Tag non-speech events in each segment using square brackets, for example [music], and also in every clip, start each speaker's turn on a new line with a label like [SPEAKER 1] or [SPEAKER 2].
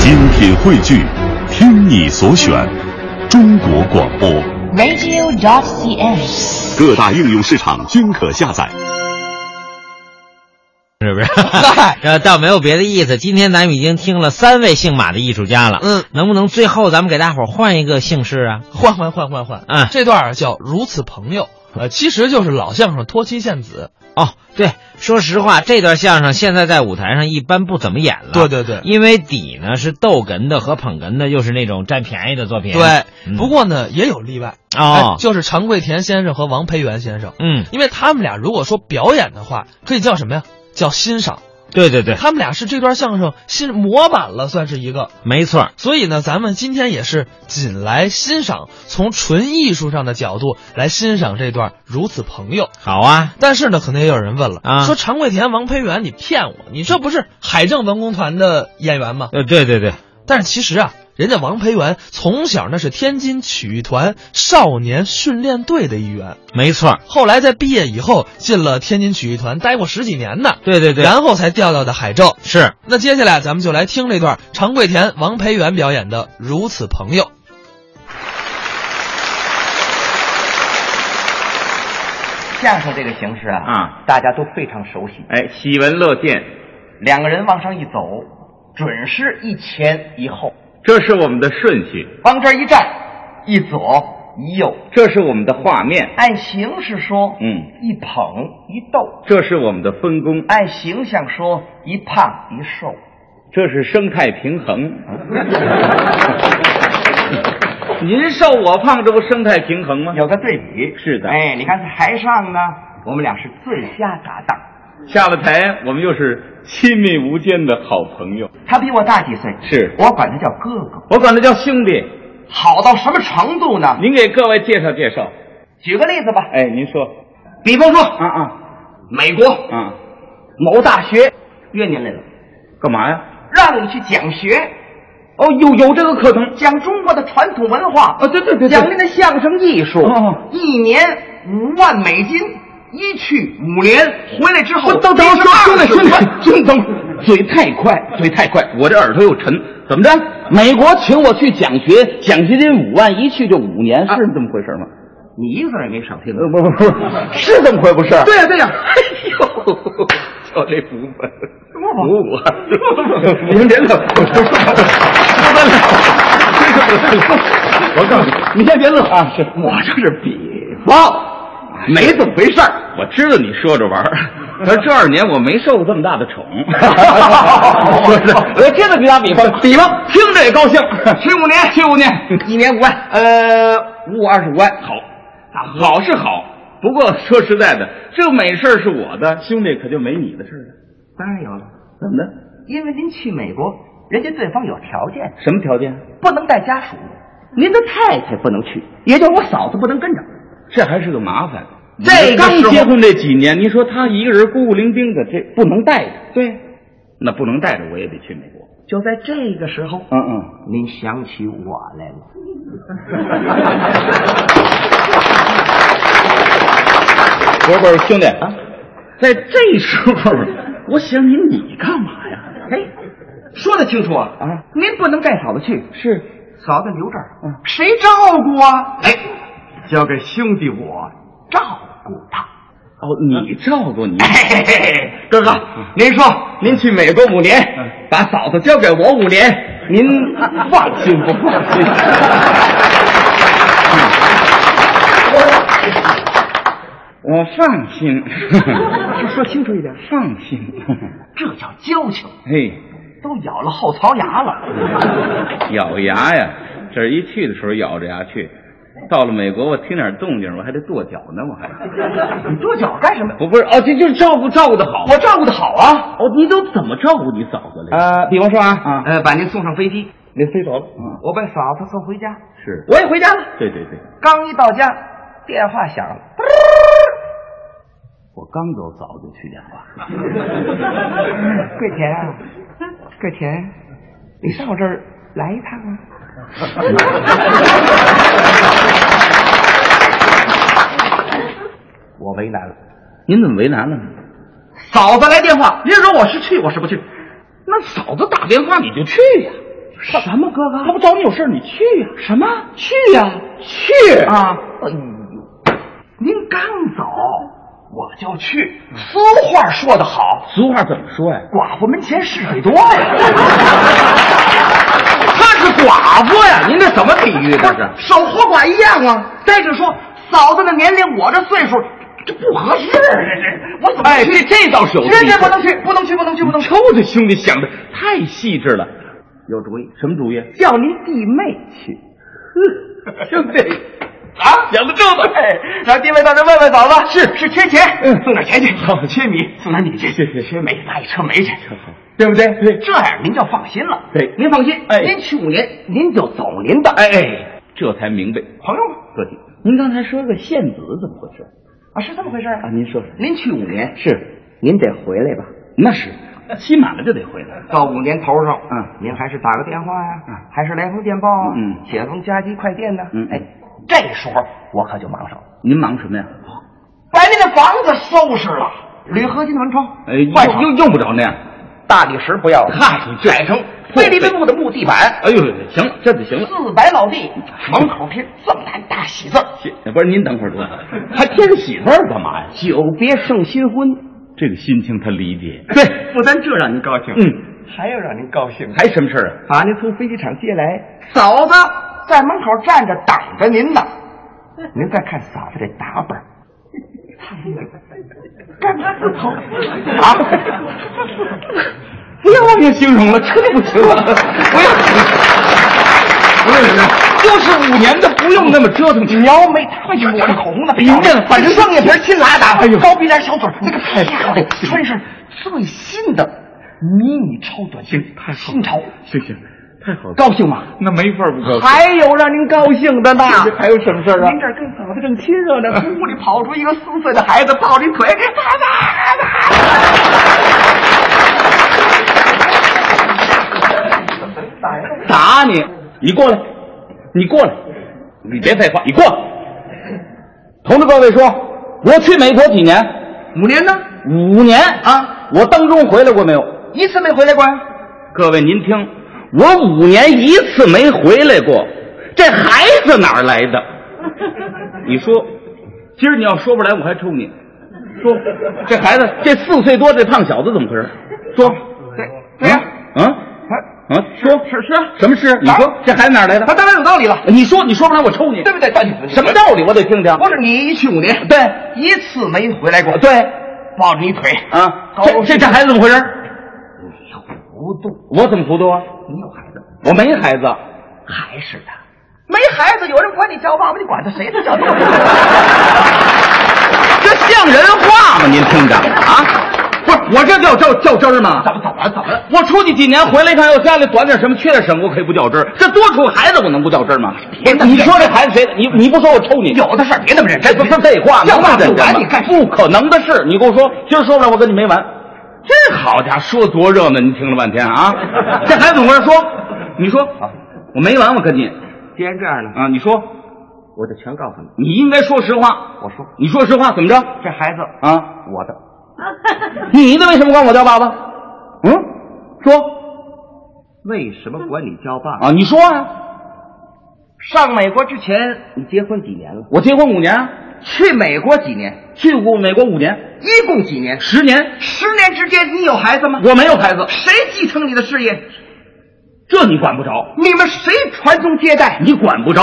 [SPEAKER 1] 精品汇聚，听你所选，中国广播。
[SPEAKER 2] radio.cn。
[SPEAKER 1] 各大应用市场均可下载。
[SPEAKER 3] 是
[SPEAKER 4] [laughs]
[SPEAKER 3] 不是？呃， [laughs] 倒没有别的意思。今天咱们已经听了三位姓马的艺术家了，
[SPEAKER 4] 嗯，
[SPEAKER 3] 能不能最后咱们给大伙儿换一个姓氏啊？
[SPEAKER 4] 换换换换换，
[SPEAKER 3] 嗯
[SPEAKER 4] 这段儿叫《如此朋友》，呃，其实就是老相声托妻献子。
[SPEAKER 3] 哦，对，说实话，这段相声现在在舞台上一般不怎么演了。
[SPEAKER 4] 对对对
[SPEAKER 3] 因为底呢是逗哏的和捧哏的，又是那种占便宜的作品。
[SPEAKER 4] 对，
[SPEAKER 3] 嗯
[SPEAKER 4] 不过呢也有例外，哎
[SPEAKER 3] 哦，
[SPEAKER 4] 就是常贵田先生和王培元先生，
[SPEAKER 3] 嗯，
[SPEAKER 4] 因为他们俩如果说表演的话，可以叫什么呀？叫欣赏。
[SPEAKER 3] 对对对，
[SPEAKER 4] 他们俩是这段相声欣模板了，算是一个。
[SPEAKER 3] 没错儿。
[SPEAKER 4] 所以呢，咱们今天也是仅来欣赏，从纯艺术上的角度来欣赏这段《如此朋友》。
[SPEAKER 3] 好啊，
[SPEAKER 4] 但是呢，可能也有人问了，
[SPEAKER 3] 啊嗯
[SPEAKER 4] 说常贵田、王培元，你骗我，你这不是海政文工团的演员吗？
[SPEAKER 3] 呃，对对对，
[SPEAKER 4] 但是其实啊，人家王培元从小那是天津曲艺团少年训练队的一员，
[SPEAKER 3] 没错儿。
[SPEAKER 4] 后来在毕业以后进了天津曲艺团，待过十几年呢，
[SPEAKER 3] 对对对，
[SPEAKER 4] 然后才调到的海政。
[SPEAKER 3] 是
[SPEAKER 4] 那接下来咱们就来听这段常贵田、王培元表演的《如此朋友》。
[SPEAKER 5] 相声这个形式啊，
[SPEAKER 6] 啊
[SPEAKER 5] 大家都非常熟悉。
[SPEAKER 6] 哎，喜闻乐见，
[SPEAKER 5] 两个人往上一走，准是一前一后，
[SPEAKER 6] 这是我们的顺序，
[SPEAKER 5] 往这儿一站，一左一右。
[SPEAKER 6] 这是我们的画面，
[SPEAKER 5] 按形式说，
[SPEAKER 6] 嗯，
[SPEAKER 5] 一捧一逗；
[SPEAKER 6] 这是我们的分工，
[SPEAKER 5] 按形象说，一胖一瘦。
[SPEAKER 6] 这是生态平衡。您瘦我胖，这不生态平衡吗？
[SPEAKER 5] 有个对比，
[SPEAKER 6] 是的
[SPEAKER 5] 哎，你看台上呢，我们俩是最佳搭档。
[SPEAKER 6] 下了台，我们又是亲密无间的好朋友。
[SPEAKER 5] 他比我大几岁，
[SPEAKER 6] 是
[SPEAKER 5] 我管他叫哥哥。
[SPEAKER 6] 我管他叫兄弟。
[SPEAKER 5] 好到什么程度呢？
[SPEAKER 6] 您给各位介绍介绍。
[SPEAKER 5] 举个例子吧，
[SPEAKER 6] 哎，您说
[SPEAKER 5] 比方说，
[SPEAKER 6] 啊啊
[SPEAKER 5] 美国
[SPEAKER 6] 啊，
[SPEAKER 5] 某大学约您来了。
[SPEAKER 6] 干嘛呀？
[SPEAKER 5] 让你去讲学，
[SPEAKER 6] 哦，有有这个可能。
[SPEAKER 5] 讲中国的传统文化，
[SPEAKER 6] 啊对对对对
[SPEAKER 5] 讲您的相声艺术，
[SPEAKER 6] 哦
[SPEAKER 5] 一年五万美金，一去五年，回来之后
[SPEAKER 6] 我等等，兄弟兄弟
[SPEAKER 5] 22万，
[SPEAKER 6] 兄弟，等，嘴太快，嘴太快，我这耳朵又沉。怎么着？美国请我去讲学，奖学金五万，一去就五年，是这么回事吗？
[SPEAKER 5] 你一个字儿也没少听。
[SPEAKER 6] 呃，不不不，是这么回事。哎
[SPEAKER 5] 对呀、对
[SPEAKER 6] [laughs]
[SPEAKER 5] 呀、
[SPEAKER 6] 呦，瞧这福分，
[SPEAKER 5] 吧
[SPEAKER 6] 鼓我，你们别乐，不得了，我告诉你，你先别乐啊，是我这是比方，没怎么回事我知道你说着玩可是这二年我没受过这么大的宠，我真的给他比方，比方听着也高兴。七五年，七五年，
[SPEAKER 5] 一年五万，
[SPEAKER 6] 呃，五五二十五万，好，好是好。不过说实在的，这美事儿是我的，兄弟可就没你的事儿了。
[SPEAKER 5] 当然有了，
[SPEAKER 6] 怎么的？
[SPEAKER 5] 因为您去美国，人家对方有条件，
[SPEAKER 6] 什么条件？
[SPEAKER 5] 不能带家属，您的太太不能去，也就是我嫂子不能跟着。
[SPEAKER 6] 这还是个麻烦。
[SPEAKER 5] 这个
[SPEAKER 6] 刚
[SPEAKER 5] 时候
[SPEAKER 6] 结婚这几年，你说他一个人孤孤零零的，这不能带着。对，那不能带着，我也得去美国。
[SPEAKER 5] 就在这个时候，
[SPEAKER 6] 嗯嗯，
[SPEAKER 5] 您想起我来了。
[SPEAKER 6] 不是不是，兄弟啊，在这时候，我想你，你干嘛呀？
[SPEAKER 5] 嘿，说的清楚啊！
[SPEAKER 6] 啊，
[SPEAKER 5] 您不能带嫂子去，
[SPEAKER 6] 是嗯
[SPEAKER 5] 嫂子留这儿，谁照顾啊？哎，交给兄弟我照顾他。
[SPEAKER 6] 哦，你照顾你。
[SPEAKER 5] 嘿嘿嘿，哥哥，
[SPEAKER 6] 嗯
[SPEAKER 5] 您说
[SPEAKER 6] 您去美国五年，把嫂子交给我五年， [laughs] 您放心不放心？嗯我放 [laughs] 心，
[SPEAKER 5] 说清楚一点，
[SPEAKER 6] 放心。 [laughs]
[SPEAKER 5] 这叫交情，
[SPEAKER 6] 嘿，
[SPEAKER 5] 都咬了后槽牙
[SPEAKER 6] [laughs]
[SPEAKER 5] 了。
[SPEAKER 6] 咬牙呀，这儿一去的时候咬着牙去，到了美国我听点动静，我还得跺脚呢，我还
[SPEAKER 5] 你跺脚干什么？
[SPEAKER 6] 不不是哦，这就是照顾照顾的好。
[SPEAKER 5] 我照顾的好啊。
[SPEAKER 6] 哦，你都怎么照顾你嫂子了？
[SPEAKER 5] 呃，比方说
[SPEAKER 6] 啊
[SPEAKER 5] 呃，把您送上飞机，嗯
[SPEAKER 6] 您飞走了？
[SPEAKER 5] 我把嫂子送回家，
[SPEAKER 6] 是，
[SPEAKER 5] 我也回家了。
[SPEAKER 6] 对对对，
[SPEAKER 5] 刚一到家，电话响了。
[SPEAKER 6] 我刚走，嫂子就去电话。
[SPEAKER 5] 桂田啊，桂田，你上我这儿来一趟啊！ [laughs] 我为难了，
[SPEAKER 6] 您怎么为难了呢？
[SPEAKER 5] 嫂子来电话，您说我是去，我是不去？
[SPEAKER 6] 那嫂子打电话你就去呀、
[SPEAKER 5] 什么哥哥？
[SPEAKER 6] 他不找你有事儿你去呀、
[SPEAKER 5] 什么去呀、
[SPEAKER 6] 去！
[SPEAKER 5] 啊！
[SPEAKER 6] 哎呦，
[SPEAKER 5] 您刚走，我就去。俗话说得好，
[SPEAKER 6] 嗯俗话怎么说呀、
[SPEAKER 5] 寡妇门前是非多
[SPEAKER 6] [laughs]
[SPEAKER 5] 呀。
[SPEAKER 6] 他是寡妇呀，您这怎么比喻这是？
[SPEAKER 5] 守活寡一样啊。再者说，嫂子的年龄，我这岁数，这不合适。这 [laughs] 这，我怎么
[SPEAKER 6] 哎，
[SPEAKER 5] 去？
[SPEAKER 6] 这这倒是有
[SPEAKER 5] 这
[SPEAKER 6] 意
[SPEAKER 5] 这
[SPEAKER 6] 思
[SPEAKER 5] 不能去，不能去，不能去，不能去。
[SPEAKER 6] 瞅这兄弟想的太细致了，有主意。什么主意？
[SPEAKER 5] [laughs] 叫您弟妹去。
[SPEAKER 6] [laughs] 兄弟， [laughs]
[SPEAKER 5] 啊，
[SPEAKER 6] 想的正对。
[SPEAKER 5] 让弟妹到这问问嫂子，是是缺钱，
[SPEAKER 6] 嗯
[SPEAKER 5] 送点钱去，
[SPEAKER 6] 好
[SPEAKER 5] 缺米，送点米去，
[SPEAKER 6] 谢谢
[SPEAKER 5] 缺煤，拉一车煤去，
[SPEAKER 6] 对不对？对
[SPEAKER 5] 这样您就放心了。
[SPEAKER 6] 对
[SPEAKER 5] 您放心，
[SPEAKER 6] 哎
[SPEAKER 5] 您去五年，您就走您的。
[SPEAKER 6] 哎哎，这才明白。
[SPEAKER 5] 朋友们
[SPEAKER 6] 哥弟，您刚才说个献子怎么回事
[SPEAKER 5] 啊，是这么回事
[SPEAKER 6] 啊？
[SPEAKER 5] 啊。
[SPEAKER 6] 您说说。
[SPEAKER 5] 您去五年，
[SPEAKER 6] 是，
[SPEAKER 5] 您得回来吧。
[SPEAKER 6] 那是，期满了就得回来。
[SPEAKER 5] 到五年头上，
[SPEAKER 6] 嗯
[SPEAKER 5] 您还是打个电话呀、
[SPEAKER 6] 嗯
[SPEAKER 5] 还是来封电报啊，
[SPEAKER 6] 嗯
[SPEAKER 5] 写封加急快电呢、
[SPEAKER 6] 嗯
[SPEAKER 5] 哎，这时候我可就忙上了，
[SPEAKER 6] 您忙什么呀？
[SPEAKER 5] 把那个房子收拾了，铝合金的门窗，
[SPEAKER 6] 哎，
[SPEAKER 5] 换
[SPEAKER 6] 用
[SPEAKER 5] 上
[SPEAKER 6] 用用不着那样。
[SPEAKER 5] 大理石不要了，
[SPEAKER 6] 嗨你这
[SPEAKER 5] 改成菲律宾布的木地板，
[SPEAKER 6] 哎呦，行了，这就行了。嗯
[SPEAKER 5] 四百老地，门口贴这么大一大喜字儿，
[SPEAKER 6] 这不是您等会儿等会儿， [laughs] 还贴着喜字儿干嘛呀？
[SPEAKER 5] 久别胜新婚，
[SPEAKER 6] 这个心情他理解。对，
[SPEAKER 5] 不单这让您高兴
[SPEAKER 6] 嗯，
[SPEAKER 5] 还要让您高兴
[SPEAKER 6] 还什么事儿啊？
[SPEAKER 5] 把您从飞机场接来，嫂子在门口站着等着您呢。您再看嫂子这打扮儿，干嘛不头啊？
[SPEAKER 6] 不要往下形容了，这就不行了。 [laughs] 不要，不是不是，就是五年的，不用那么折腾。你
[SPEAKER 5] 描眉，哎呦，我这口红呢？
[SPEAKER 6] 您这反正
[SPEAKER 5] 双眼皮儿亲拉打，
[SPEAKER 6] 哎呦
[SPEAKER 5] 高鼻梁小嘴儿，那个太漂
[SPEAKER 6] 哎
[SPEAKER 5] 亮，穿上最新的迷你超短裙，新潮，
[SPEAKER 6] 行行，太好了，
[SPEAKER 5] 高兴吗？
[SPEAKER 6] 那没法不高兴。
[SPEAKER 5] 还有让您高兴的呢。
[SPEAKER 6] 还有什么事儿啊
[SPEAKER 5] 您？这儿跟嫂子正亲热呢，从屋里跑出一个四岁的孩子，抱着你腿，爸爸，爸爸。
[SPEAKER 6] 打你！你过来，你过来，你别废话，你过来。同志各位说，我去美国几年？
[SPEAKER 5] 五年呢？
[SPEAKER 6] 五年
[SPEAKER 5] 啊！
[SPEAKER 6] 我当中回来过没有？
[SPEAKER 5] 一次没回来过呀。啊
[SPEAKER 6] 各位您听，我五年一次没回来过，这孩子哪儿来的？你说，今儿你要说不来，我还抽你。说，这孩子这四岁多这胖小子怎么回事？说，
[SPEAKER 5] 对对呀、
[SPEAKER 6] 啊啊啊！说，
[SPEAKER 5] 是是
[SPEAKER 6] 什么事？你说这孩子哪儿来的
[SPEAKER 5] 他？当然有道理了，
[SPEAKER 6] 啊你说你说不来，我抽你。
[SPEAKER 5] 对不对？
[SPEAKER 6] 什么道理？我得听听。
[SPEAKER 5] 不是你一去五年，
[SPEAKER 6] 对
[SPEAKER 5] 一次没回来过，，
[SPEAKER 6] 对
[SPEAKER 5] 抱着你腿，
[SPEAKER 6] 啊，
[SPEAKER 5] 高
[SPEAKER 6] 这这这孩子怎么回事？
[SPEAKER 5] 糊涂，
[SPEAKER 6] 我怎么糊涂啊？
[SPEAKER 5] 你有孩子
[SPEAKER 6] 我没孩子，
[SPEAKER 5] 还是他？没孩子，有人管你叫爸爸，你管他谁都叫爸爸。
[SPEAKER 6] 这像人话吗？您听着啊，不是我这叫较较真儿吗？
[SPEAKER 5] 怎么怎么怎么？
[SPEAKER 6] 我出去几年回来一看，要家里短点什么，缺点什么，我可以不较真儿。这多出个孩子，我能不较真儿吗？你说这孩子谁的？你你不说我抽你？
[SPEAKER 5] 有的事儿别那么认
[SPEAKER 6] 这
[SPEAKER 5] 真，
[SPEAKER 6] 不是废话，
[SPEAKER 5] 叫
[SPEAKER 6] 能
[SPEAKER 5] 爸爸
[SPEAKER 6] 不认
[SPEAKER 5] 不
[SPEAKER 6] 真
[SPEAKER 5] 管
[SPEAKER 6] 吗
[SPEAKER 5] 你干什么？
[SPEAKER 6] 不可能的事，你跟我说，今儿说不来，我跟你没完。这好家伙，说多热闹，你听了半天啊，这孩子怎么回事？说，你说，
[SPEAKER 5] 啊
[SPEAKER 6] 我没完，我跟你
[SPEAKER 5] 既然这样呢，
[SPEAKER 6] 啊，你说，
[SPEAKER 5] 我就全告诉你。
[SPEAKER 6] 你应该说实话。
[SPEAKER 5] 我说
[SPEAKER 6] 你说实话怎么着
[SPEAKER 5] [laughs] 这孩子
[SPEAKER 6] 啊？
[SPEAKER 5] 我的，
[SPEAKER 6] 你的为什么管我叫爸爸？嗯，说
[SPEAKER 5] 为什么管你叫爸爸？
[SPEAKER 6] 啊，你说啊，
[SPEAKER 5] 上美国之前你结婚几年了？
[SPEAKER 6] 我结婚五年，啊
[SPEAKER 5] 去美国几年？
[SPEAKER 6] 去过美国五年，
[SPEAKER 5] 一共几年？
[SPEAKER 6] 十年，
[SPEAKER 5] 十年之间你有孩子吗？
[SPEAKER 6] 我没有孩子，
[SPEAKER 5] 谁继承你的事业？
[SPEAKER 6] 这你管不着，
[SPEAKER 5] 你们谁传宗接代？
[SPEAKER 6] 你管不着。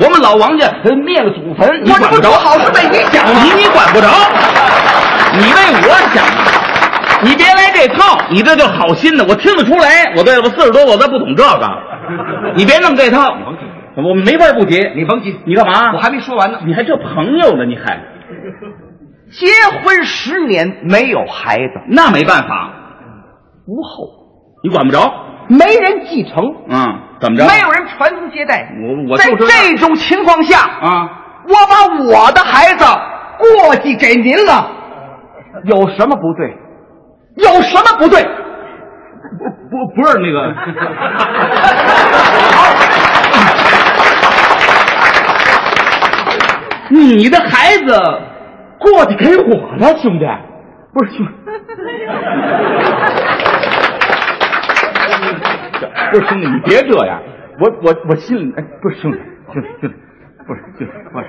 [SPEAKER 6] 我们老王家呃灭了祖坟，你
[SPEAKER 5] 我这
[SPEAKER 6] 管
[SPEAKER 5] 不
[SPEAKER 6] 着
[SPEAKER 5] 多。好是为你想
[SPEAKER 6] 你你管不着，你为我想啊，你别来这套，你这就好心的，我听得出来。我对了，我四十多，我再不懂这个，你别弄这套，我没法不急。
[SPEAKER 5] 你甭急，
[SPEAKER 6] 你干嘛？
[SPEAKER 5] 我还没说完呢。
[SPEAKER 6] 你还这朋友呢？你还
[SPEAKER 5] 结婚十年没有孩子，
[SPEAKER 6] 那没办法，
[SPEAKER 5] 无后，
[SPEAKER 6] 你管不着。
[SPEAKER 5] 没人继承，
[SPEAKER 6] 嗯，怎么着？
[SPEAKER 5] 没有人传宗接代。
[SPEAKER 6] 我我
[SPEAKER 5] 在
[SPEAKER 6] 就这样
[SPEAKER 5] 这种情况下，
[SPEAKER 6] 啊，
[SPEAKER 5] 我把我的孩子过继给您了，有什么不对？有什么不对？
[SPEAKER 6] 不不是
[SPEAKER 5] [laughs]
[SPEAKER 6] 那个，你的孩子过去给我了，兄弟，不是兄弟。不是兄弟，你别这样，我我我心里哎，不是兄弟，兄弟兄弟，不是兄弟，不是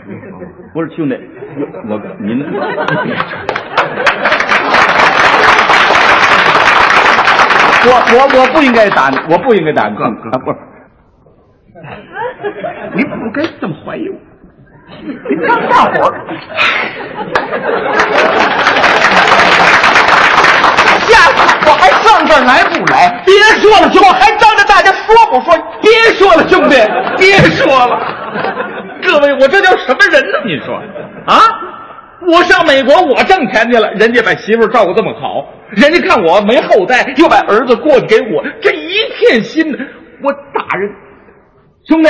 [SPEAKER 6] 不是兄弟，我我您你别这样。我我我不应该打你，我不应该打你，
[SPEAKER 5] 哥哥
[SPEAKER 6] 啊不是，你不该这么怀疑我，你当大伙儿
[SPEAKER 5] 下次我还上这儿来不来？别说了，我还当着大家说不说？
[SPEAKER 6] 别说了，兄弟，别说了。各位，我这叫什么人呢？你说啊？我上美国，我挣钱去了，人家把媳妇儿照顾这么好，人家看我没后代，又把儿子过继给我，这一片心呢，我打人。兄弟，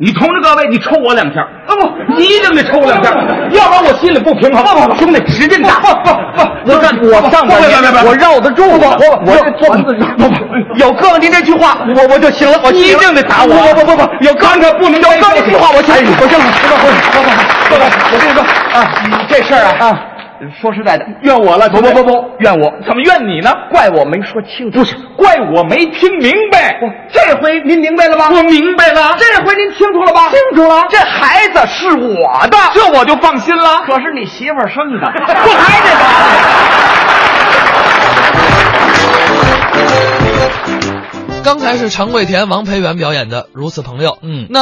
[SPEAKER 6] 你同志各位，你抽我两下啊不，你一定得抽我两下，要不然我心里不平衡。不不，兄弟，使劲打！不不不，我干，我上边，我绕得住，我我这团子不不，有哥您这句话，我我就行了，我一定得打我。不不不不，有刚才不明白，有哥这句话，我行，我行了，不不不不不，我跟你说啊，这事儿啊啊。说实在的，
[SPEAKER 5] 啊
[SPEAKER 6] 怨我了！不不不不，怨我！怎么怨你呢？怪我没说清楚，不是怪我没听明白。这回您明白了吧？我明白了。这回您清楚了吧？清楚了。这孩子是我的，这我就放心了。
[SPEAKER 5] 可是你媳妇儿生 [laughs] 的，
[SPEAKER 6] 不还得打？
[SPEAKER 4] 刚才是常贵田、王培元表演的《如此朋友》，
[SPEAKER 3] 嗯
[SPEAKER 4] 那。